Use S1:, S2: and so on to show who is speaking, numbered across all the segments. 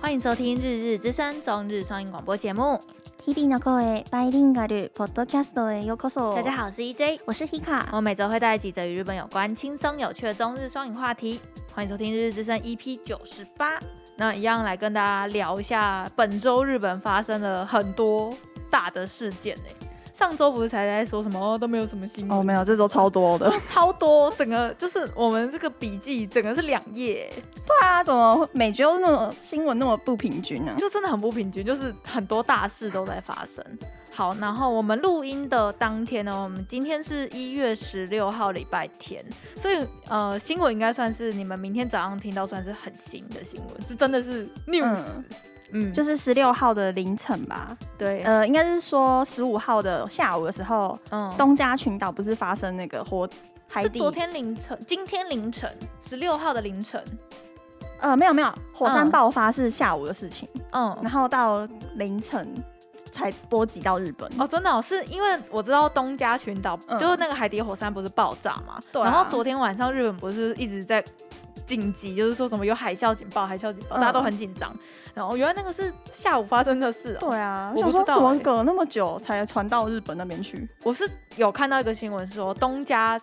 S1: 欢迎收听《日日之声》中日双语广播节目。
S2: 日々の声 Bilingual Podcast へようこそ。
S1: 大家，好，我是 EJ，
S2: 我是 Hika。
S1: 我每周会带来几则与日本有关、轻松有趣的中日双语话题。欢迎收听《日日之声》EP 九十八。那一样来跟大家聊一下本周日本发生了很多大的事件呢、上周不是才在说什么、哦、都没有什么新闻
S3: 哦，没有，这周超多的。
S1: 超多，整个就是我们这个笔记整个是两页，
S3: 对啊，怎么每周那么新闻那么不平均呢、啊
S1: 就真的很不平均，就是很多大事都在发生。好，然后我们录音的当天呢，我们今天是一月十六号礼拜天，所以呃，新闻应该算是你们明天早上听到算是很新的新闻，是真的是 news，
S3: 嗯，
S1: 嗯，
S3: 就是是十六号的凌晨吧，
S1: 对，
S3: 呃，应该是说十五号的下午的时候，
S1: 嗯，
S3: 东加群岛不是发生那个火海
S1: 是
S3: 底？
S1: 昨天凌晨，今天凌晨十六号的凌晨，
S3: 呃，没有没有，火山
S1: 嗯
S3: 爆发是下午的事情，
S1: 嗯
S3: 然。后到凌晨才波及到日本。
S1: 哦，真的、哦，是因为我知道东加群岛、
S3: 嗯
S1: 就是那个海底火山不是爆炸嘛，
S3: 对啊
S1: 然后昨天晚上日本不是一直在紧急，就是说什么有海啸警报，海啸警报，
S3: 嗯
S1: 大家都很紧张。然后原来那个是下午发生的事、哦，
S3: 对啊，
S1: 我
S3: 我
S1: 不
S3: 想
S1: 知道
S3: 说怎么
S1: 欸
S3: 隔那么久才传到日本那边去？
S1: 我是有看到一个新闻说东加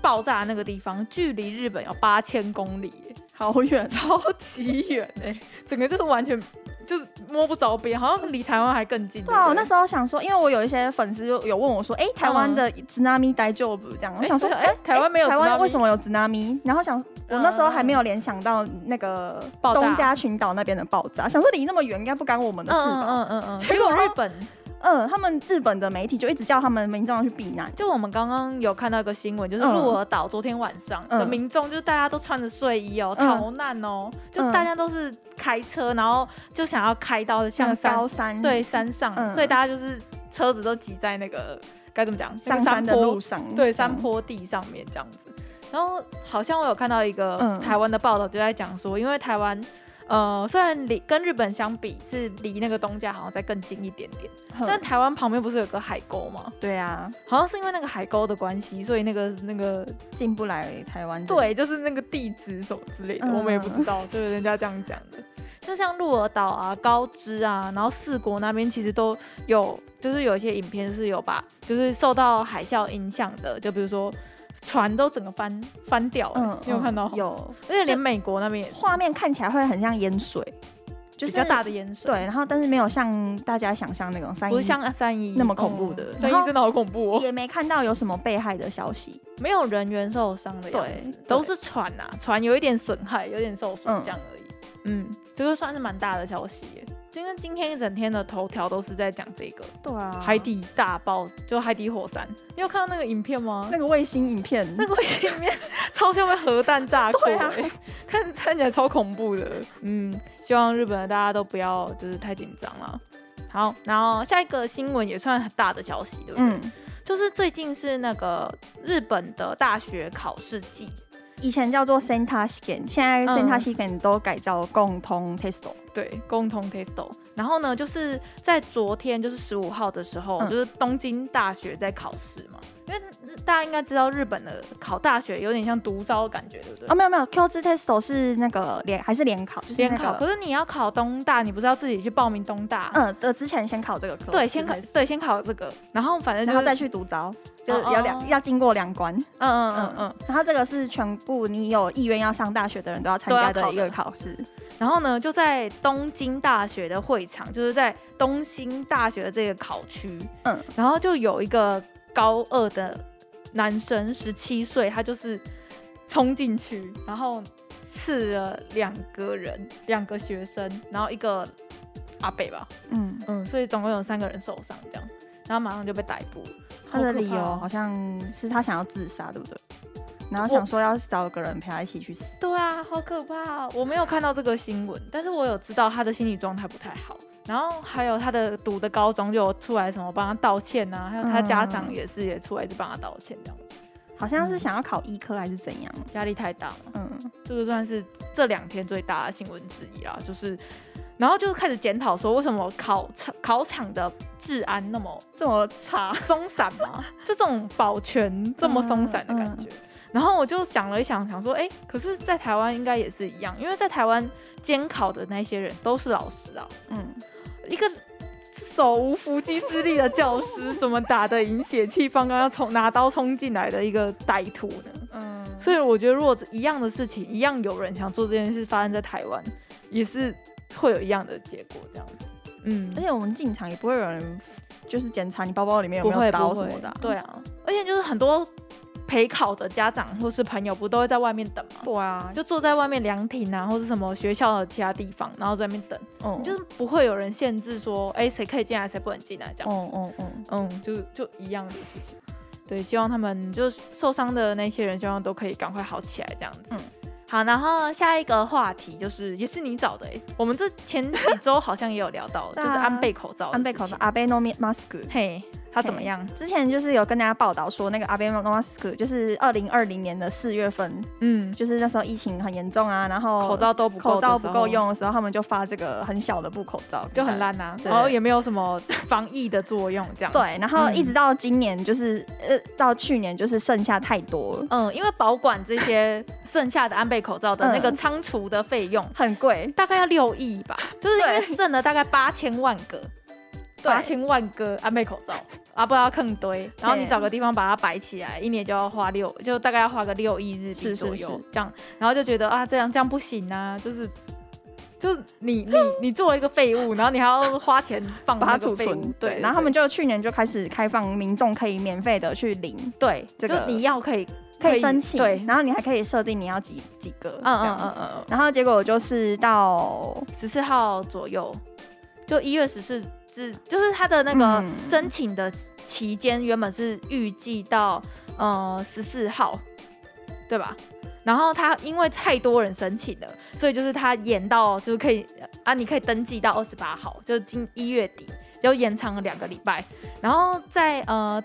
S1: 爆炸那个地方距离日本有八千公里耶，
S3: 好远，
S1: 超级远哎、整个就是完全就是摸不着边，好像离台湾还更近。
S3: 对啊，我
S1: 不
S3: 那时候想说，因为我有一些粉丝就有问我说，哎、台湾的 tsunami 待救不这样？我想说，
S1: 对
S3: 哎、
S1: 哎台湾没有
S3: 台湾
S1: tsunami
S3: 为什么有嗯 tsunami？然后想，我那时候还没有联想到那个
S1: 爆炸
S3: 东加群岛那边的爆炸，想说离那么远，应该不干我们的事
S1: 嗯
S3: 吧？
S1: 嗯嗯嗯，
S3: 结
S1: 结果
S3: 果
S1: 日本
S3: 嗯，他们日本的媒体就一直叫他们民众要去避难。
S1: 就我们刚刚有看到一个新闻，就是
S3: 嗯
S1: 鹿儿岛昨天晚上的
S3: 嗯
S1: 民众，就是大家都穿着睡衣哦，
S3: 嗯
S1: 逃难哦，就
S3: 嗯
S1: 大家都是开车，然后就想要开到像山
S3: 高山
S1: 对山上，
S3: 嗯
S1: 所以大家就是车子都挤在那个该怎么讲，那
S3: 上
S1: 个
S3: 山
S1: 山
S3: 的路
S1: 坡
S3: 上，嗯
S1: 对山坡地上面这样子。然后好像我有看到一个
S3: 嗯
S1: 台湾的报道，就在讲说，因为台湾。呃，虽然离跟日本相比是离那个东家好像再更近一点点，
S3: 嗯，
S1: 但台湾旁边不是有个海沟吗？
S3: 对啊，
S1: 好像是因为那个海沟的关系，所以那个那个
S3: 进不来台湾。，
S1: 对，就是那个地址什么之类的，
S3: 嗯
S1: 我们也不知道，对人家这样讲的。就像鹿儿岛啊、高知啊，然后四国那边其实都有，就是有一些影片是有把，就是受到海啸影响的，就比如说船都整个翻翻掉、欸，
S3: 嗯，
S1: 你有看到？
S3: 嗯，有
S1: 而且连美国那边也是
S3: 画面看起来会很像淹水，就
S1: 比
S3: 是
S1: 较大的淹水，
S3: 对，，然后但是没有像大家想象那种三一
S1: 不是像三一
S3: 那么恐怖的
S1: 哦三
S3: 然
S1: 一、
S3: 后
S1: 真的好恐怖哦，
S3: 也没看到有什么被害的消息。
S1: 没有人员受伤的样子，
S3: 对
S1: 都是船呐、船有一点损害，有点受损
S3: 嗯
S1: 这样而已。嗯，这个算是蛮大的消息耶，因为今天一整天的头条都是在讲这个、
S3: 对啊
S1: 海底大爆，就海底火山。你有看到那个影片吗？
S3: 那个卫星影片，
S1: 那个卫星里面超像被核弹炸 过
S3: 对
S1: 耶，
S3: 啊
S1: 看看起来超恐怖的。嗯，希望日本的大家都不要就是太紧张了。好，然后下一个新闻也算很大的消息，对不对？
S3: 嗯，
S1: 就是最近是那个日本的大学考试季，
S3: 以前叫做 Senta Scan，现在
S1: 嗯
S3: Senta Scan 都改叫共通 Testo。
S1: 对，共同 TESTO。然后呢，就是在昨天，就是十五号的时候，
S3: 嗯
S1: 就是东京大学在考试嘛，因为大家应该知道日本的考大学有点像独招的感觉，对不对？
S3: 哦，没有没有，Q 字 Testo 是那个联还是联考？就是那
S1: 联
S3: 个
S1: 考，可是你要考东大，你不是要自己去报名东大？
S3: 嗯，呃，之前先考这个科，
S1: 对，先考，对，先考这个，然后反正就
S3: 然
S1: 是
S3: 后再，去读招，就是
S1: 哦
S3: 要
S1: 哦
S3: 两要经过两关。
S1: 嗯嗯嗯嗯，
S3: 然后这个是全部你有意愿要上大学的人都要参
S1: 都要
S3: 加的
S1: 考
S3: 一个
S1: 的
S3: 考试。
S1: 然后呢，就在东京大学的会场，就是在东兴大学的这个考区，嗯
S3: 嗯，
S1: 然后就有一个高二的男生，十七岁，他就是冲进去，然后刺了两个人，两个学生，然后一个阿北吧，
S3: 嗯，
S1: 嗯，所以总共有三个人受伤，这样，然后马上就被逮捕了。
S3: 他的
S1: 好可
S3: 理
S1: 怕
S3: 由
S1: 哦
S3: 好像是他想要自杀，对不对？然后
S1: 我
S3: 想说要找个人陪他一起去死。
S1: 对啊，好可怕、哦！我没有看到这个新闻，但是我有知道他的心理状态不太好，然后还有他的读的高中就有出来什么帮他道歉啊，还有他家长也是也出来就帮他道歉这样子，
S3: 好
S1: 嗯
S3: 像是想要考医科还是怎样？啊
S1: 压力太大嘛，
S3: 嗯，
S1: 这个算是这两天最大的新闻之一啊，就是，然后就开始检讨说为什么考场考场的治安那么
S3: 这么
S1: 差松散嘛，就这种保全这么松散的感觉。然后我就想了一想，想说，哎、可是，在台湾应该也是一样，因为在台湾监考的那些人都是老师啊，
S3: 嗯，
S1: 一个手无缚鸡之力的教师，怎么打得赢血气方刚要从拿刀冲进来的一个歹徒呢？
S3: 嗯，
S1: 所以我觉得，如果一样的事情，一样有人想做这件事，发生在台湾，也是会有一样的结果，这样子。嗯
S3: 而，且我们进场也不会有人就是检查你包包里面有
S1: 不
S3: 没有
S1: 会
S3: 刀
S1: 不
S3: 什
S1: 会
S3: 么的啊、
S1: 对啊，而且就是很多陪考的家长或是朋友，不都会在外面等吗？
S3: 对啊，就
S1: 就坐在外面凉亭啊，或是什么学校的其他地方，然后在那边等，
S3: 嗯，
S1: 就是是不会有人限制说，哎、谁可以进来，谁不能进来这样。
S3: 嗯嗯嗯，
S1: 嗯，就就一样的事情。对，希望他们就是受伤的那些人，希望都可以赶快好起来，这样子。
S3: 嗯，
S1: 好，然后下一个话题就是，也是你找的、欸，我们这前几周好像也有聊到，就
S3: 对
S1: 是
S3: 啊
S1: 安倍口罩，
S3: 安倍口罩，阿贝诺米 mask。
S1: 嘿，他怎么样？
S3: 之前就是有跟大家报道说，那个阿贝诺 mask 就是二零二零年的四月份，
S1: 嗯，
S3: 就是那时候疫情很严重啊，然后
S1: 口罩都不够，
S3: 口罩不够，用的时候，他们就发这个很小的布口罩，
S1: 就很。烂啊，
S3: 对
S1: 然后也没有什么防疫的作用，这样。，
S3: 对，然后
S1: 嗯
S3: 一直到今年，就是、呃，到去年就是剩下太多了，
S1: 嗯，因为保管这些剩下的安倍口罩的那个
S3: 嗯
S1: 仓储的费用，
S3: 很贵，
S1: 大概要六亿 吧，就是因为
S3: 对
S1: 剩了大概八千万个，
S3: 对
S1: 八千万个安倍口罩啊，不知道坑堆，然后你找个地方把它摆起来，一年就要花六，就大概要花个六亿日币
S3: 是是
S1: 左右
S3: 是
S1: 这样，然后就觉得啊，这样这样不行啊，就是。就是你你你作为一个废物，然后你还要花钱放
S3: 把它
S1: 那个
S3: 储
S1: 废物
S3: 存。
S1: 对，
S3: 然后他们
S1: 就
S3: 就去年就开始开放民众可以免费的去领，
S1: 对，
S3: 这个
S1: 就你要可以
S3: 可以申请，
S1: 对，
S3: 然后你还可以设定你要几几个，
S1: 嗯
S3: 嗯
S1: 嗯
S3: 嗯
S1: 嗯
S3: 嗯。
S1: 嗯嗯，
S3: 然后结果就是到
S1: 十四号左右，就一月十四至，就是他的那个
S3: 嗯
S1: 申请的期间原本是预计到呃十四号，对吧？然后他因为太多人申请了，所以就是他延到就是可以啊，你可以登记到二十八号，就是今一月底，就延长了两个礼拜。然后在呃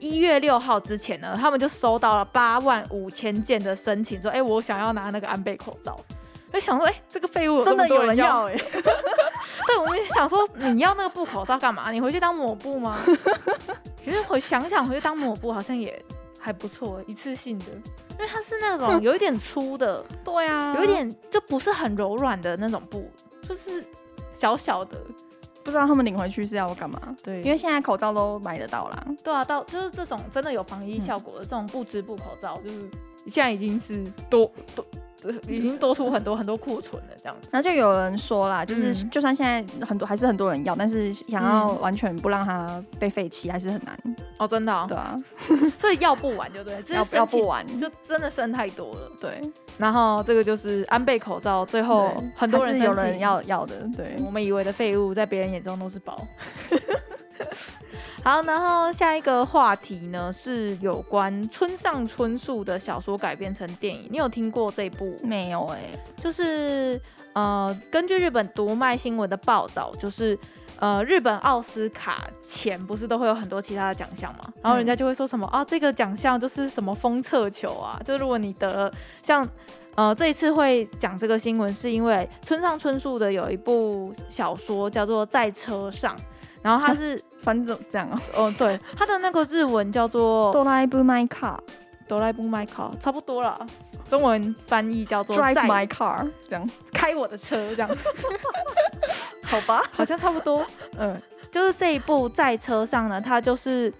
S1: 一月六号之前呢，他们就收到了八万五千件的申请，说哎、我想要拿那个安倍口罩。就想说，哎、这个废物
S3: 真的
S1: 这么
S3: 有
S1: 多人
S3: 人要哎、
S1: 对，我们就想说，你要那个布口罩干嘛？你回去当抹布 吗？其实回想想，回去当抹布好像也还不错，一次性的，因为它是那 种有一点粗的，
S3: 对啊
S1: 有一点就不是很柔软的那种布，就是小小的。
S3: 不知道他们领回去是要干嘛，
S1: 对因
S3: 因
S1: 为
S3: 为现在口罩都买得到啦。
S1: 对啊，到就是这种真的有防疫效果的、这种不织布口罩，就是现在已经是多多。呃已经多出很多很多库存了，这样子。
S3: 然后就有人说啦，就是
S1: 嗯
S3: 就算现在很多还是很多人要，但是想要
S1: 嗯
S3: 完全不让它被废弃还是很难，
S1: 哦，真的、哦，
S3: 对啊，
S1: 所以要不完，对不对？这些
S3: 要
S1: 申
S3: 要
S1: 请
S3: 不完，
S1: 就真的剩太多了。
S3: 对，
S1: 然后这个就是安倍口罩，最后
S3: 对
S1: 哦很多
S3: 还
S1: 人
S3: 是有
S1: 生气嗯
S3: 人，要要的，对，
S1: 我们以为的废物，在别人眼中都是宝。 好，然后下一个话题呢是有关村上春树的小说改编成电影，你有听过这部？
S3: 没有哎、
S1: 就是呃，根据日本读卖新闻的报道，就是呃，日本奥斯卡前不是都会有很多其他的奖项嘛，然后
S3: 嗯
S1: 人家就会说什么、啊，这个奖项就是什么风车球啊，就如果你得了像。呃，这一次会讲这个新闻，是因为村上春树的有一部小说叫做《在车上》，然后它是，
S3: 反正这样啊。
S1: 哦，对，它的那个日文叫做《
S3: 哆啦 A 梦 My Car
S1: 哆啦 A 梦 My Car》，差不多啦，中文翻译叫做《
S3: Drive
S1: 在
S3: My Car 这样子，
S1: 开我的车》这样。
S3: 好吧？
S1: 好像差不多。嗯，就是这一部在车上呢，它就是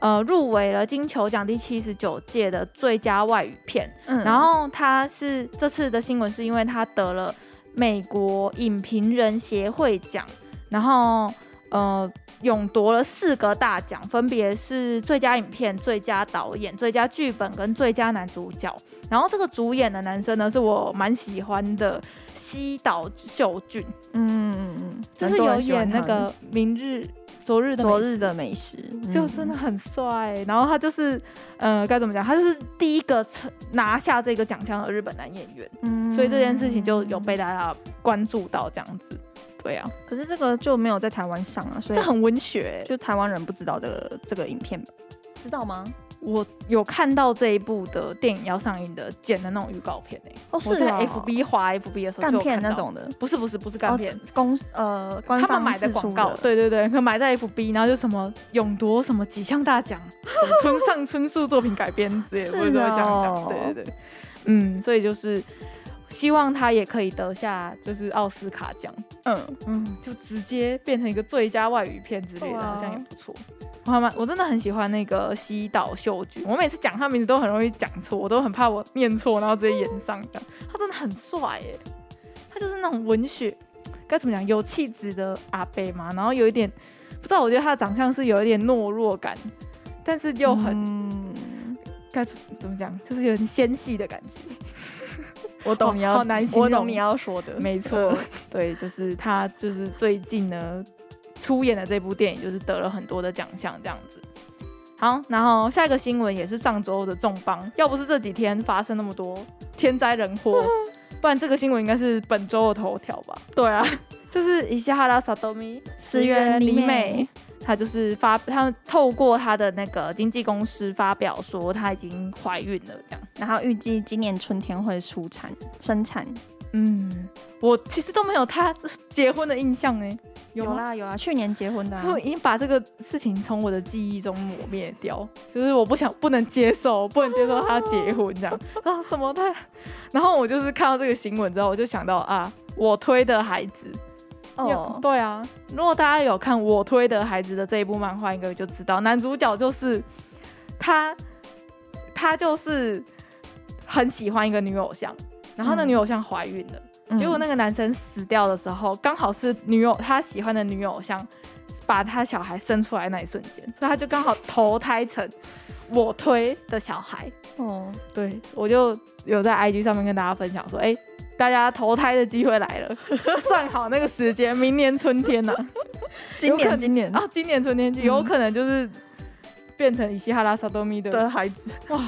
S1: 呃入围了金球奖第七十九届的最佳外语片。
S3: 嗯
S1: 然后它是这次的新闻是因为它得了美国影评人协会奖，然后呃勇夺了四个大奖，分别是最佳影片、最佳导演、最佳剧本跟最佳男主角。然后这个主演的男生呢，是我蛮喜欢的西岛秀俊。
S3: 嗯嗯嗯，
S1: 就是有演那个《明日昨日的美
S3: 昨日的美食，
S4: 嗯
S3: 嗯
S1: 就真的很帅、然后他就是，呃，该怎么讲？他就是第一个成拿下这个奖项的日本男演员，
S3: 嗯，
S1: 所以这件事情就有被大家关注到这样子。对啊，
S3: 可是这个就没有在台湾上啊，所以
S1: 这很文学、
S3: 就台湾人不知道这个这个影片吧？知道吗？
S1: 我有看到这一部的电影要上映的剪的那种预告片诶、
S4: 哦
S1: 我
S4: 是
S1: 在
S4: 哦
S1: FB 滑 FB 的时候
S4: 干
S1: 就有
S4: 片
S1: 看
S4: 那
S1: 到，
S4: 种的，
S1: 不是不是不是干片，
S4: 公呃官
S1: 他们
S4: 方
S1: 买的
S4: 释出
S1: 广告，对对对，可能买在 FB，然后就什么勇夺什么几项大 奖，什么村上春树作品改编之类
S4: 是
S1: 的，我也都会这样讲。
S4: 哦
S1: 对对对，嗯，所以就是希望他也可以得下就是奥斯卡奖，
S4: 嗯，
S1: 嗯，就直接变成一个最佳外语片之类的，
S4: 哇
S1: 好像也不错。我还蛮，我真的很喜欢那个西岛秀俊，我每次讲他名字都很容易讲错，我都很怕我念错，然后直接演上这样。他真的很帅耶，他就是那种文学该怎么讲，有气质的阿贝嘛，然后有一点不知道，我觉得他的长相是有一点懦弱感，但是又
S4: 嗯
S1: 很、
S3: 嗯
S4: 很，
S1: 该怎么怎么讲，就是有点纤细的感觉。
S4: 我
S1: 哦
S4: 懂你要，
S1: 好难形
S4: 我
S1: 容
S4: 懂你要说的，嗯
S1: 没错，对，就是他就是最近呢出演的这部电影，就是得了很多的奖项这样子。好，然后下一个新闻也是上周的重磅，要不是这几天发生那么多天灾人祸，不然这个新闻应该是本周的头条吧？对啊，就是伊西哈拉萨多 米
S3: 石原里美，
S1: 她就是发，她透过她的那个经纪公司发表说她已经怀孕了这样。
S3: 然后预计今年春天会出产生产。
S1: 嗯，我其实都没有她结婚的印象哎，
S4: 有啊
S1: 吗
S4: 啦有啦，去年结婚 的啊，
S1: 我已经把这个事情从我的记忆中抹灭掉，就是我不想、不能接受、不能接受他结婚这 样。然后什么他，然后我就是看到这个新闻之后，我就想到啊，我推的孩子。有
S4: 哦，
S1: 对啊，如果大家有看我推的孩子的这一部漫画，应该就知道男主角就是他，他就是很喜欢一个女偶像，然后那
S4: 嗯
S1: 女偶像怀孕了。
S4: 嗯
S1: 结果那个男生死掉的时候，刚好是女友他喜欢的女偶像把他小孩生出来那一瞬间，所以他就刚好投胎成我推的小孩。
S4: 哦，
S1: 对我就有在 IG 上面跟大家分享说，哎、大家投胎的机会来了， 算好那个时间，明年春天呐、
S4: 嗯今
S1: 有可
S4: 年今年
S1: 啊，今年春天就有可能就是变成伊西哈拉萨多米的，
S4: 的孩子，
S1: 哇，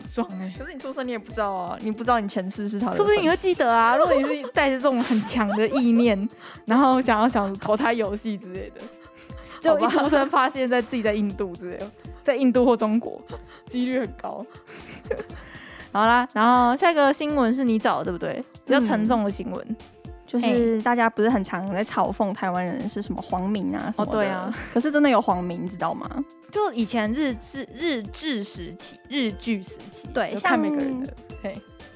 S1: 爽哎、
S4: 可是你出生你也不知道啊，你不知道你前世是他的粉丝，
S1: 说不定你会记得啊。如果你是带着这种很强的意 念，然后想要想投胎游戏之类的，就
S4: 好
S1: 一
S4: 吧
S1: 出生发现在自己在印度之类的，在印度或中国，几率很高。 好啦，然后下一个新闻是你找的对不对？比较沉重的新闻、
S3: 就是
S4: 哎大家不是很常在嘲讽台湾人是什么皇民啊什么的，
S1: 对啊，
S4: 可是真的有皇民，你知道吗？
S1: 就以前日治日治时期、日剧时期，
S4: 对
S1: 就看
S4: 像
S1: 每个人的，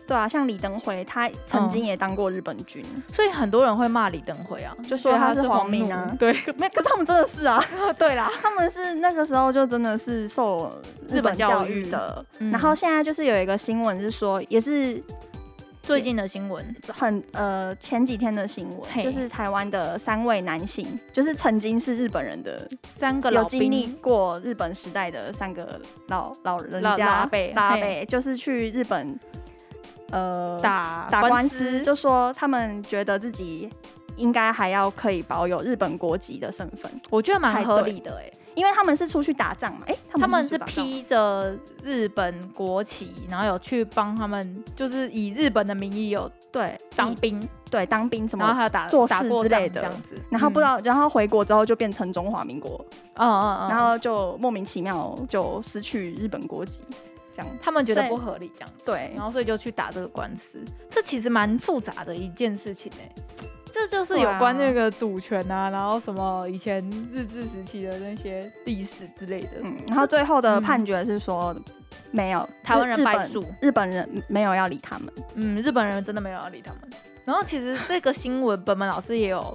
S4: 对啊，像李登辉，他曾经也当过日本军，
S1: 所以很多人会骂李登辉啊，就
S4: 说他是
S1: 皇
S4: 皇民
S1: 奴
S4: 啊
S1: 对，
S4: 没、可是他们真的是啊，
S1: 对啦，
S4: 他们是那个时候就真的是受
S1: 日
S4: 日
S1: 本
S4: 本
S1: 教
S4: 教
S1: 育
S4: 育的，
S1: 嗯
S3: 然后现在就是有一个新闻是说，也是
S1: 最近的新闻，
S3: 很呃前几天的新
S1: 嘿
S3: 闻，就是台湾的三位男性，就是曾经是日本人的，
S1: 三个
S3: 有
S1: 老
S3: 经历
S1: 兵
S3: 过日本时代的三个老老人
S1: 老
S3: 家
S1: 老阿伯
S3: 大
S1: 嘿
S3: 伯就是去日本呃
S1: 打
S3: 打官司，就说他们觉得自己应该还要可以保有日本国籍的身份，
S1: 我觉得蛮
S3: 才
S1: 合
S3: 对
S1: 理的哎、
S3: 因为他们是出去打仗嘛，哎、
S1: 他
S3: 他
S1: 们
S3: 们
S1: 是
S3: 出去打仗
S1: 披着日本国旗，然后有去帮他们，就是以日本的名义有
S3: 对
S1: 当
S3: 你
S1: 兵，
S3: 对当兵什
S1: 然后
S3: 么。
S1: 还有打
S3: 做事
S1: 打过
S3: 之
S1: 仗
S3: 类的
S1: 这样子。
S3: 然后不知道，然后回国之后就变成中华民国，
S1: 嗯，嗯嗯嗯，
S3: 然后就莫名其妙就失去日本国籍，这样
S1: 他们觉得
S3: 所
S1: 不
S3: 以
S1: 合理这样，
S3: 对
S1: 然后所以就去打这个官司，这其实蛮复杂的一件事情哎、这就是
S4: 对
S1: 有
S4: 啊
S1: 关那个主权啊，然后什么以前日治时期的那些历史之类的。
S3: 嗯，然后最后的判决是说、没有
S1: 台湾人
S3: 日
S1: 败
S3: 本
S1: 诉
S3: 日本人没有要理他们。
S1: 嗯，日本人真的没有要理他们。然后其实这个新闻，本本老师也有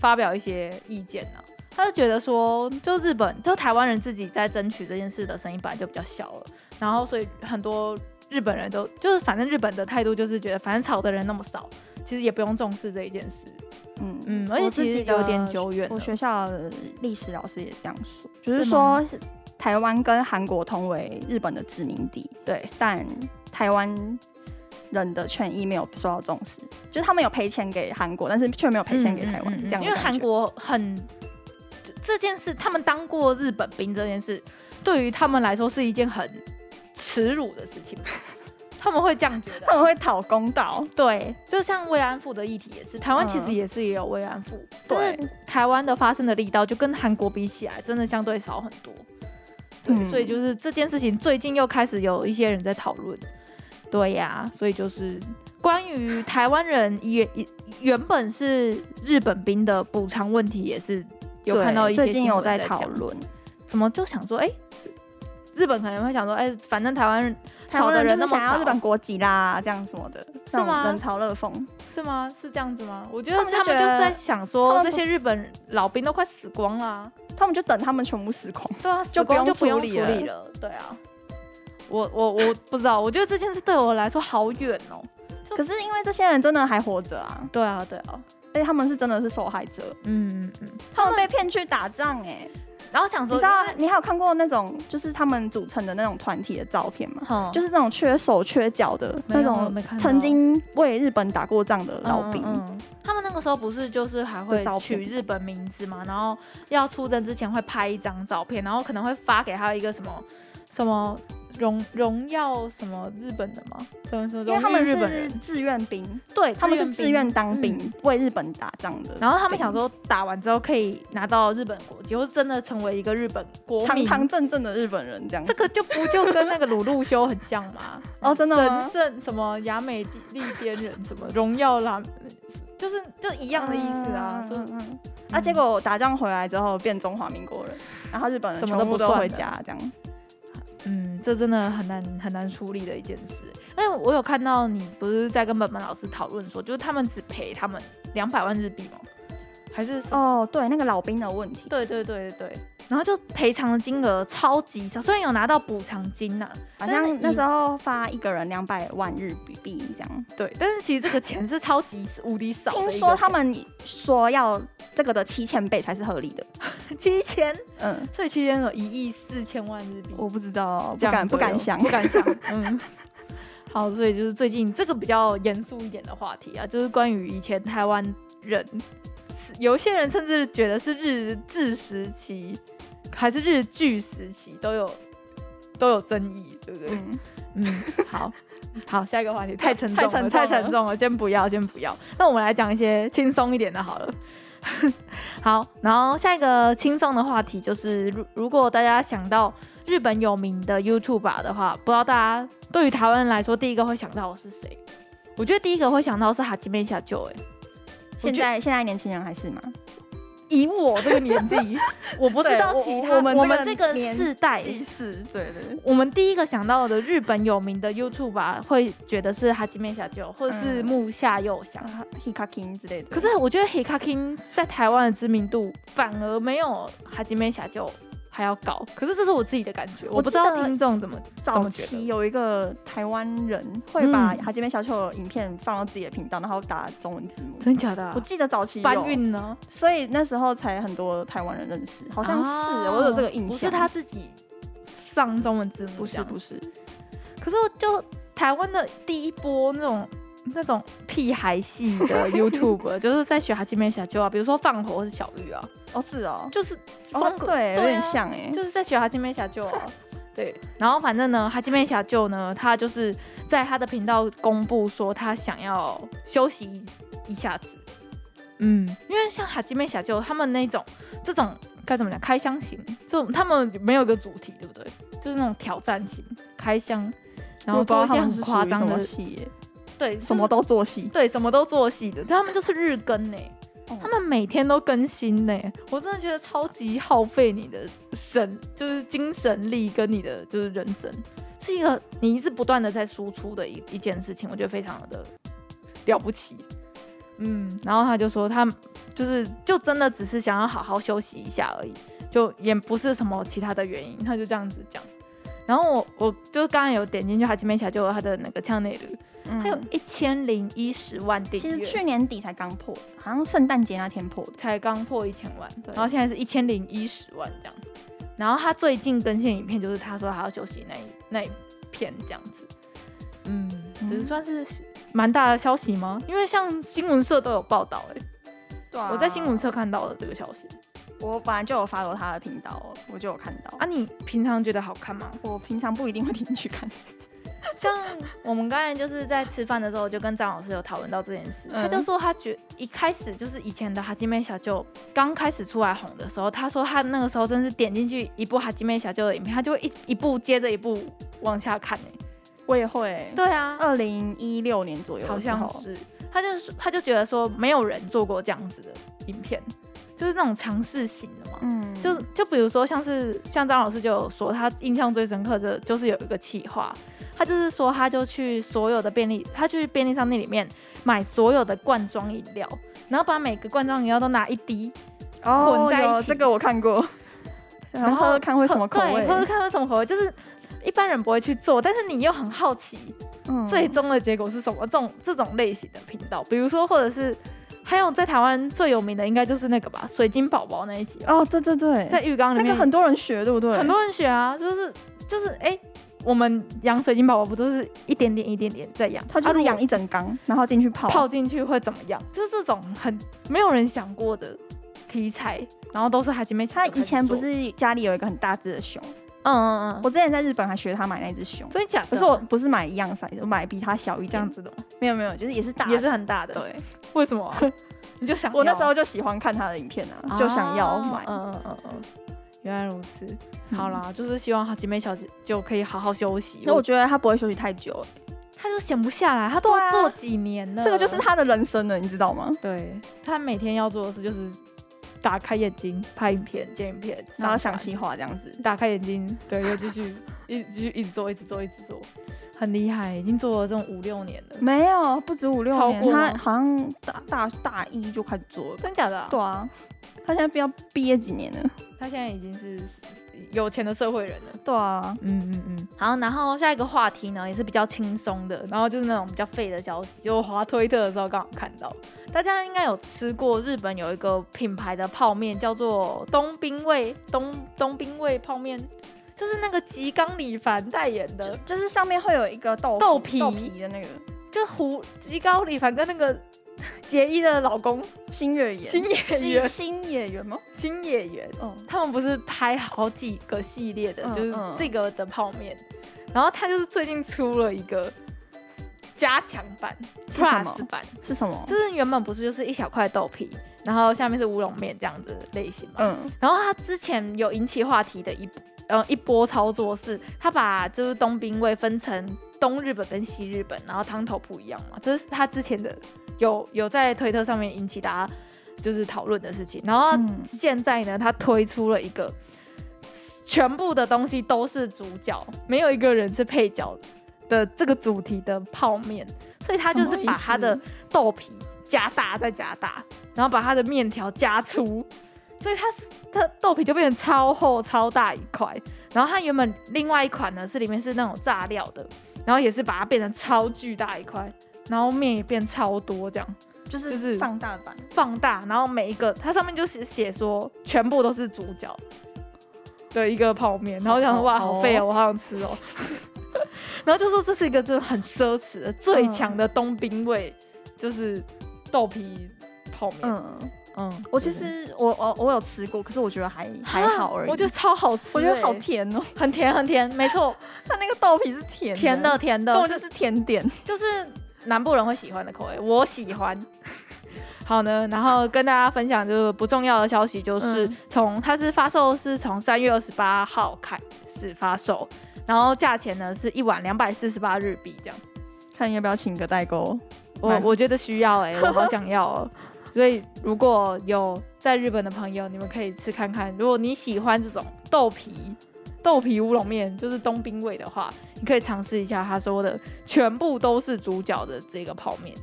S1: 发表一些意见呢、他就觉得说，就日本就台湾人自己在争取这件事的声音本来就比较小了，然后所以很多日本人都就是反正日本的态度就是觉得，反正吵的人那么少，其实也不用重视这一件事。
S3: 嗯
S1: 嗯，而且
S3: 我自
S1: 其实
S3: 己的
S1: 有点久远了
S3: 我。学校的历史老师也这样说，就是
S1: 是吗
S3: 说台湾跟韩国同为日本的殖民地，
S1: 对，
S3: 但台湾人的权益没有受到重视，就是他们有赔钱给韩国，但是却没有赔钱给台湾，
S1: 嗯嗯嗯嗯
S3: 这样
S1: 因为韩国很这件事，他们当过日本兵这件事，对于他们来说是一件很耻辱的事情，他们会这样觉
S3: 他
S1: 得。
S3: 们会讨公道，
S1: 对，就像慰安妇的议题也是，台湾
S3: 嗯
S1: 其实也是也有慰安妇，但
S3: 对
S1: 是台湾的发生的力道就跟韩国比起来，真的相对少很多。对，
S3: 嗯
S1: 所以就是这件事情最近又开始有一些人在讨论，对呀、所以就是关于台湾人原原本是日本兵的补偿问题，也是有
S3: 对
S1: 看到一些
S3: 最近
S1: 新闻
S3: 有在
S1: 讲
S3: 讨，论，
S1: 怎么就想说，哎、日本可能会想说，哎、反正台湾人
S3: 台湾
S1: 人
S3: 人
S1: 那
S3: 就
S1: 么
S3: 是想要
S1: 少
S3: 日本国籍啦，这样什么的，
S1: 是
S3: 那种
S1: 吗
S3: 冷嘲热讽，
S1: 是吗？是这样子吗？我觉得他
S3: 他们就
S1: 们就
S3: 觉得
S1: 在想
S3: 他
S1: 说，
S3: 们
S1: 这
S3: 不
S1: 些日本老兵都快死光了啊、
S3: 他们就等他们全部死光。
S1: 对啊，
S3: 就
S1: 死光
S3: 不用
S1: 就不用
S3: 处理
S1: 处理了。对啊，我我我不知道，我觉得这件事对我来说好远哦。
S3: 可是因为这些人真的还活着啊，
S1: 对啊，对啊，
S3: 而且他们是真的是受害者，
S1: 嗯嗯嗯。
S3: 他们被骗去打仗哎、
S1: 然后想
S3: 你
S1: 说，
S3: 知道
S1: 因为
S3: 你还有看过那种就是他们组成的那种团体的照片吗？
S1: 哼
S3: 就是那种缺手缺脚的
S1: 没有
S3: 那
S1: 我
S3: 种
S1: 没看到
S3: 曾经为日本打过仗的老兵，
S1: 嗯嗯嗯他们那个时候不是就是还会
S3: 的照片
S1: 取日本名字嘛，然后要出征之前会拍一张照片，然后可能会发给他一个什么什么荣荣耀什么日本的嘛，什么什么
S3: 因为他
S1: 荣誉
S3: 们
S1: 日本人
S3: 是，志愿兵，
S1: 对，
S3: 他们是自愿当
S1: 嗯
S3: 兵、为日本打仗的，
S1: 然后他们想说打完之后可以拿到日本国籍，或是真的成为一个日本国
S3: 堂
S1: 民。
S3: 堂正正的日本人这样
S1: 这
S3: 子。
S1: 个就不就跟那个鲁路修很像吗？
S3: 哦真的吗
S1: 神圣什么雅美地利边人什么荣耀啦，就是就一样的意思啊，就
S3: 嗯嗯嗯啊，结果打仗回来之后变中华民国人，然后日本人
S1: 什
S3: 全
S1: 么都不
S3: 部都
S1: 算
S3: 回
S1: 了
S3: 家这样。
S1: 嗯，这真的很难很难处理的一件事。但我有看到你不是在跟本本老师讨论说，就是他们只赔他们两百万日币吗？还是什么
S3: 哦，对，那个老兵的问题，
S1: 对对对对对，然后就赔偿的金额超级少，虽然有拿到补偿金啊呐、
S3: 好
S1: 但是
S3: 像那
S1: 以
S3: 时候发一个人两百万日币这样。
S1: 对，但是其实这个钱是超级无敌少的一
S3: 听
S1: 个钱，
S3: 说他们说要这个的七千倍才是合理的。
S1: 七千，
S3: 嗯，
S1: 所以七千有一亿四千万日币，
S3: 我不知道，
S1: 这
S3: 不
S1: 样
S3: 敢不
S1: 左右
S3: 敢想
S1: 不。敢想，嗯。好，所以就是最近这个比较严肃一点的话题啊，就是关于以前台湾人，是有一些人甚至觉得是日治时期，还是日据时期都有都有争议，对不对？
S3: 嗯，
S1: 嗯，好， 好，下一个话题太沉重了，
S3: 太沉重
S1: 太
S3: 了
S1: 沉重了，先不要，先不要。那我们来讲一些轻松一点的好了。 好，然后下一个轻松的话题就是，如如果大家想到日本有名的 YouTuber 的话，不知道大家对于台湾人来说，第一个会想到的是谁？我觉得第一个会想到是哈基妹小舅，哎，
S3: 现在现在年轻人还是吗？
S1: 以我这个年 纪，我不知
S3: 对
S1: 道
S3: 我
S1: 其
S3: 我
S1: 他
S3: 我们
S1: 我
S3: 这
S1: 们
S3: 个
S1: 这个
S3: 年
S1: 世代
S3: 是，对对。
S1: 我们第一个想到的日本有名的 YouTube 吧，会觉得是哈基米小舅或者是
S3: 嗯
S1: 木下佑香。
S3: 啊 Hikakin 之类的，
S1: 可是我觉得 Hikakin 在台湾的知名度反而没有哈基米小舅还要高。可是这是我自己的感觉，我不知
S3: 记
S1: 道
S3: 得
S1: 听众怎么怎
S3: 早
S1: 么觉
S3: 期
S1: 得。啊
S3: 有一个台湾人会把
S1: 嗯
S3: 哈基妹小丑影片放到自己的频道，然后打中文字幕。
S1: 真假的啊、
S3: 我记得早期有
S1: 搬，运呢？
S3: 所以那时候才很多台湾人认识，好像是
S1: 啊
S3: 我有这个印象。
S1: 不是他，自己上中文字幕，
S3: 不是不是，
S1: 可是我就台湾的第一波那种那种屁孩系 的 YouTube，就是在学哈基米小舅啊，比如说放火或是小玉啊，
S3: 哦是哦，
S1: 就是
S3: 哦
S1: 风格
S3: 对，有
S1: 啊
S3: 点像哎，
S1: 就是在学哈基妹小 舅啊。对，然后反正呢，哈基妹小舅呢，他就是在他的频道公布说他想要休息一一下子。嗯，因为像哈基妹小舅他们那种这种该怎么讲开箱型，这种他们没有一个主题，对不对？就是那种挑战型开箱，然后
S3: 我不知道
S1: 做一
S3: 他
S1: 些
S3: 们
S1: 很
S3: 是
S1: 夸
S3: 属于
S1: 张
S3: 什
S1: 的
S3: 么，戏耶，
S1: 对，就是
S3: 什么都做戏。
S1: 对，什么都做戏的，他们就是日更呢、
S3: 哦
S1: 他们每天都更新呢、欸我真的觉得超级耗费你的神，就是精神力跟你的就是人生，是一个你一直不断的在输出的一一件事情，我觉得非常的了不起。嗯，然后他就说他就是就真的只是想要好好休息一下而已，就也不是什么其他的原因，他就这样子讲。然后我我就刚刚有点进去，他前面起来就有他的那个腔内率，
S3: 还
S1: 嗯还有一千零一十万订
S3: 其实
S1: 阅，
S3: 去年底才刚破，好像圣诞节那天破的。
S1: 才刚破一千万，
S3: 对
S1: 然后现在是一千零一十万这样。然后他最近更新的影片就是他说他要休息那一那一片这样子，嗯，
S3: 嗯
S1: 只是算是蛮大的消息吗？因为像新闻社都有报道、欸，
S3: 对
S1: 我在新闻，社看到的这个消息
S3: 我本来就有 follow 他的
S1: 啊
S3: 频道，我就有看到。
S1: 啊，你平常觉得好看吗？
S3: 我平常不一定会点进去看，
S1: 像我们刚才就是在吃饭的时候，就跟张老师有讨论到这件事，他就
S4: 嗯
S1: 说他觉一开始就是以前的哈基妹小舅刚开始出来红的时候，他说他那个时候真是点进去一部哈基妹小舅的影片，他就会一一步接着一步往下看、欸、
S3: 我也会。
S1: 对啊，
S3: 二零一六年左右的
S1: 好
S3: 时
S1: 像
S3: 候，
S1: 是，他就是他就觉得说没有人做过这样子的影片，就是那种尝试型的嘛。
S3: 嗯，
S1: 就就比如说像是像张老师就有说，他印象最深刻的就是有一个企划，他就是说他就去所有的便利，他去便利商店里面买所有的罐装饮料，然后把每个罐装饮料都拿一滴，
S3: 哦，
S1: 混在一
S3: 有
S1: 起
S3: 这个我看过，然后喝喝看会什么口
S1: 对
S3: 味，
S1: 喝喝看会什么口味，就是一般人不会去做，但是你又很好奇，
S3: 嗯
S1: 最终的结果是什么？这种这种类型的频道，比如说，或者是还有在台湾最有名的，应该就是那个吧，水晶宝宝那一集，
S3: 哦，对对对，
S1: 在浴缸里
S3: 那
S1: 面，
S3: 个很多人学，对不对？
S1: 很多人学啊，就是就是哎、我们养水晶宝宝不都是一点点一点点在养，
S3: 他就
S1: 啊
S3: 是
S1: 如果
S3: 养一整缸，然后进去泡，
S1: 泡进去会怎么样？就是这种很没有人想过的题材，然后都是海姐妹。
S3: 他以前不，是家里有一个很大只的熊，
S1: 嗯嗯嗯，
S3: 我之前在日本还学他买那只熊，
S1: 真的假的？
S3: 可是我不是买一样 size，我买比它小一
S1: 这样
S3: 点，
S1: 子的吗，
S3: 没有没有，就是也是大的，
S1: 也是很大的，，
S3: 对。
S1: 为什么 啊、你就想
S3: 我那
S1: 要
S3: 时候就喜欢看他的影片啊，就想要买。
S1: 嗯嗯嗯嗯，原来如此。
S3: 嗯
S1: 好啦，就是希望姐妹小姐就可以好好休息。
S3: 那我觉得他不会休息太久，
S1: 她就闲不下来，她都
S3: 对
S1: 要
S3: 啊
S1: 做几年了。
S3: 这个就是，他的人生了，你知道吗？
S1: 对她每天要做的事就是打开眼睛拍影片、剪影片，
S3: 然后
S1: 上
S3: 想
S1: 传
S3: 细化这样子，
S1: 打开眼睛，对，又继续一直继续一直做，一直做，一直做，很厉害，已经做了这种五六年了。
S3: 没有不止五六
S1: 超
S3: 年，
S1: 过吗
S3: 他好像大大大一就开始做了。
S1: 真假的、啊？
S3: 对，啊，他现在不要毕业几年了？
S1: 她现在已经是有钱的社会人了。
S3: 对啊，
S1: 嗯嗯嗯，好，然后下一个话题呢也是比较轻松的，然后就是那种比较废的消息，就我滑推特的时候刚好看到，大家应该有吃过日本有一个品牌的泡面叫做东兵卫东东兵卫泡面，就是那个吉冈里帆代言的，
S3: 呃就是上面会有一个豆
S1: 豆皮
S3: 豆皮的那个
S1: 就胡吉冈里帆跟那个 结衣的老公
S3: 新月演
S1: 新 演员
S3: 新演员吗？
S1: 新演员，
S3: 哦，
S1: 他们不是拍好几个系列的，
S3: 嗯
S1: 就是
S3: 嗯
S1: 这个的泡面，然后他就是最近出了一个加强版、
S3: 是什么
S1: Plus 版，
S3: 是什么？
S1: 就是原本不是就是一小块豆皮，然后下面是乌龙面这样子的类型嘛。
S3: 嗯，
S1: 然后他之前有引起话题的一呃一波操作是，他把就是东兵卫分成东日本跟西日本，然后汤头不一样嘛，这是他之前的有有在推特上面引起大家就是讨论的事情。然后
S3: 嗯
S1: 现在呢，他推出了一个全部的东西都是主角，没有一个人是配角的这个主题的泡面，所以他就是
S3: 什么意思
S1: 把他的豆皮加大再加大，然后把他的面条加粗，所以它是它豆皮就变成超厚超大一块。然后它原本另外一款呢是里面是那种炸料的，然后也是把它变成超巨大一块，然后面也变超多这样。
S3: 就
S1: 就是
S3: 是放大版。
S1: 放大，然后每一个它上面就是写说全部都是主角的一个泡面，然后我想说哇
S3: 好
S1: 好废哦，我好想吃哦， 然后就说这是一个真的很奢侈的最强的冬兵味，就是豆皮泡面。嗯
S3: 嗯，
S1: 嗯，
S3: 我其实我我我有吃过，可是我觉得还还好而已。
S1: 我觉得超好吃欸，
S3: 我觉得好甜哦，
S1: 很甜很甜，没错，
S3: 它那个豆皮是甜
S1: 甜的，甜的，
S3: 根本就是甜点。
S1: 就是南部人会喜欢的口味，我喜欢。 好呢，然后跟大家分享就是不重要的消息，就是
S3: 嗯
S1: 从、它是发售是从三月二十八号开始发售，然后价钱呢是一碗两百四十八日币这样。
S3: 看要不要请个代购？
S1: 我
S3: 蛮
S1: 哦我觉得需要哎、我好想要哦。所以如果有在日本的朋友，你们可以吃看看。如果你喜欢这种豆皮豆皮乌龙面，就是东兵味的话，你可以尝试一下他说的全部都是主角的这个泡面。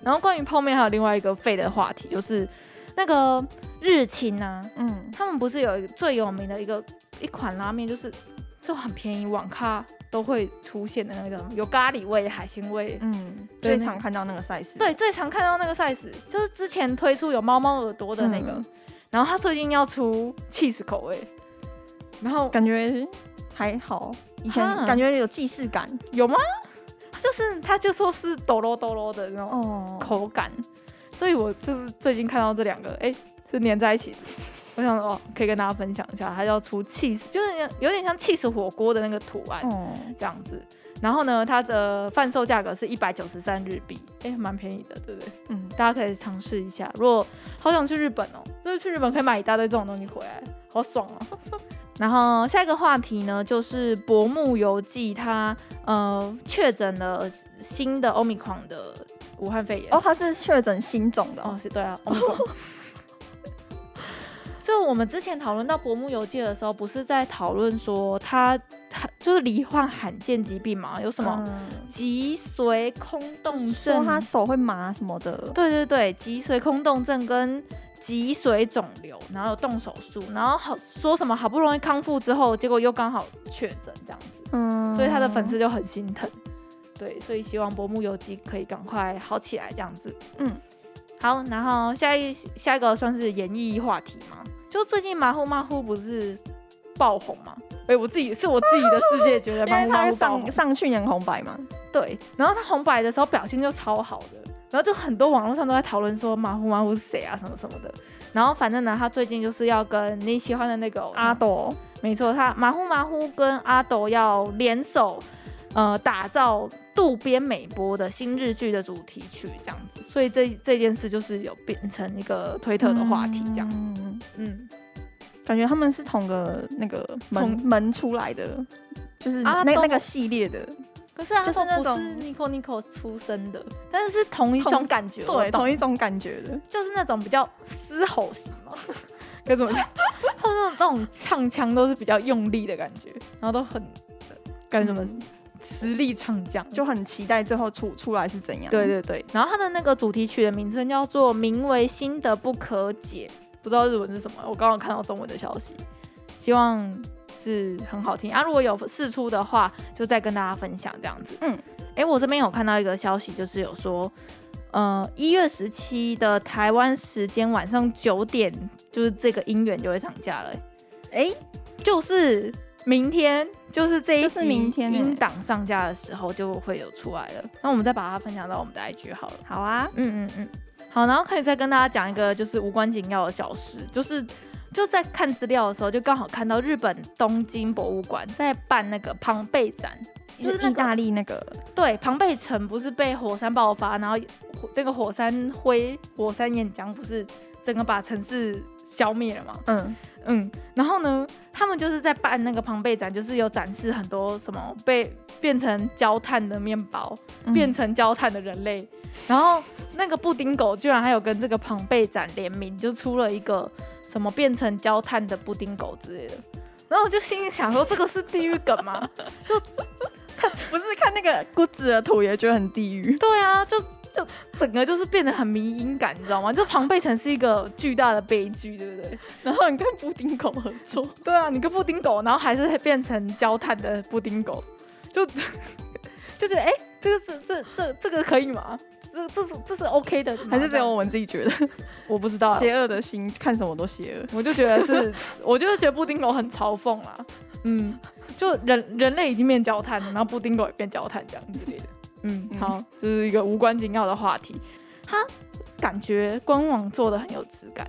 S1: 然后关于泡面还有另外一个废的话题，就是那个日清啊，
S3: 嗯，
S1: 他们不是有一个最有名的一个一款拉面，就是就很便宜，网咖都会出现的那个叫什么有咖喱味、海鲜味，
S3: 嗯，
S1: 对
S3: 最常看到那个赛事。
S1: 对，，最常看到那个 size 就是之前推出有猫猫耳朵的那个，
S3: 嗯
S1: 然后它最近要出 cheese 口味，然后
S3: 感觉还好，以前
S1: 哈
S3: 感觉有既视感。
S1: 有吗？就是它就说是抖咯抖咯的那种
S3: 哦
S1: 口感，所以我就是最近看到这两个，哎、是粘在一起的，我想说哦，可以跟大家分享一下，它叫出气死，就是有点像气死火锅的那个图案
S3: 哦，
S1: 这样子。然后呢，它的贩售价格是一百九十三日币，哎，蛮便宜的，对不对？
S3: 嗯，
S1: 大家可以尝试一下。如果好想去日本哦，就是去日本可以买一大堆这种东西回来，好爽哦。 然后下一个话题呢，就是薄木游记他呃确诊了新的 omicron 的武汉肺炎
S3: 哦，他是确诊新种的、哦，
S1: 哦，是对啊。Omicron 这我们之前讨论到《薄木游记》的时候，不是在讨论说他他就是罹患罕见疾病嘛？有什么
S3: 嗯
S1: 脊髓空洞
S3: 说
S1: 症？
S3: 他手会麻什么的，
S1: 嗯对对对，脊髓空洞症跟脊髓肿瘤，然后有动手术，然后好说什么好不容易康复之后，结果又刚好确诊这样子，
S3: 嗯，
S1: 所以他的粉丝就很心疼。对，所以希望薄木游记可以赶快好起来这样子。
S3: 嗯，
S1: 好，然后下一下一个算是演艺话题嘛，就最近马虎马虎不是爆红嘛？哎、我自己是我自己的世界，觉得
S3: 因
S1: 马
S3: 为
S1: 虎马
S3: 他
S1: 虎爆红
S3: 上上去年红白嘛，
S1: 对，然后他红白的时候表现就超好的，然后就很多网络上都在讨论说马虎马虎是谁啊什么什么的。然后反正呢，他最近就是要跟你喜欢的那个偶像
S3: 阿，斗
S1: 没错，他马虎马虎跟阿斗要联手，呃，打造渡边美波的新日剧的主题曲这样子。所以这这件事就是有变成一个推特的话题这样。
S3: 嗯
S1: 嗯，
S3: 感觉他们是同个那个门
S1: 同
S3: 门出来的，就是
S1: 阿
S3: 那那
S1: 斗
S3: 个系列的，
S1: 可是阿
S3: 就
S1: 斗
S3: 是那
S1: 不
S3: 种
S1: 是 Nico Nico 出身的，但是是同一
S3: 同
S1: 种感觉，我
S3: 对，
S1: 懂
S3: 同一种感觉的。
S1: 就是那种比较嘶吼型嘛， 该怎么讲？ 他们这种唱腔都是比较用力的感觉，然后都很干什么实力唱将，
S3: 就很期待最后出出来是怎样。
S1: 对，对对。然后他的那个主题曲的名称叫做《名为新的不可解》，不知道日文是什么，我刚刚看到中文的消息，希望是很好听啊。如果有试出的话，就再跟大家分享这样子。
S3: 嗯，
S1: 哎，我这边有看到一个消息，就是有说。呃，一月十七的台湾时间晚上九点，就是这个音源就会上架了、
S3: 哎、
S1: 就是明天，就是这一
S3: 就是
S1: 集
S3: 明天欸
S1: 音档上架的时候就会有出来了。嗯那我们再把它分享到我们的 IG 好了。
S3: 好啊，
S1: 嗯嗯嗯，好，然后可以再跟大家讲一个就是无关紧要的小事，就是就在看资料的时候，就刚好看到日本东京博物馆在办那个庞贝展，就
S3: 就是是
S1: 那个
S3: 意大利那个，
S1: 对，庞贝城不是被火山爆发，然后火那个火山灰、火山岩浆不是整个把城市消灭了吗？
S3: 嗯，
S1: 嗯，然后呢，他们就是在办那个庞贝展，就是有展示很多什么被变成焦炭的面包，
S3: 嗯
S1: 变成焦炭的人类。然后那个布丁狗居然还有跟这个庞贝展联名，就出了一个什么变成焦炭的布丁狗之类的。然后我就心里想说，这个是地狱梗吗？
S3: 不是看那个谷子的图也觉得很地狱。
S1: 对啊，就就整个就是变得很迷因感，你知道吗？就庞贝城是一个巨大的悲剧，对不对？
S3: 然后你跟布丁狗合作，
S1: 对啊，你个布丁狗，然后还是变成焦炭的布丁狗，就 就觉得哎、诶这个是这这这个可以吗？这这是这是 OK 的吗，
S3: 还是
S1: 嗯
S3: 只
S1: 这
S3: 有
S1: 样
S3: 我们自己觉得
S1: 我不知道啊，
S3: 邪恶的心，看什么都邪恶。
S1: 我就觉得是，我就是觉得布丁狗很嘲讽啦，嗯，就人人类已经变焦炭了，然后布丁狗也变焦炭这样之类的，嗯，
S3: 嗯
S1: 好，这、是一个无关紧要的话题，它感觉官网做的很有质感，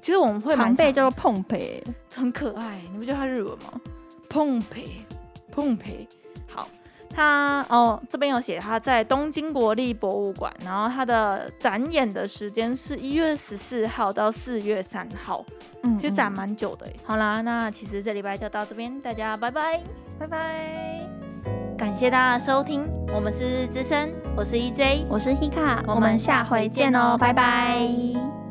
S1: 其实我们会蛮
S3: 庞贝
S1: 想
S3: 叫做碰杯，
S1: 很可爱，你不觉得它日文吗？碰培，碰培，好，它哦这边有写它在东京国立博物馆，然后它的展演的时间是一月十四号到四月三号，
S3: 嗯
S1: 其实展蛮久的耶、嗯好啦，那其实这礼拜就到这边，大家拜拜，拜拜，感谢大家收听，我们是日之声，我是 E EJ，
S3: 我是 Hika，
S1: 哦我们下回见哦拜拜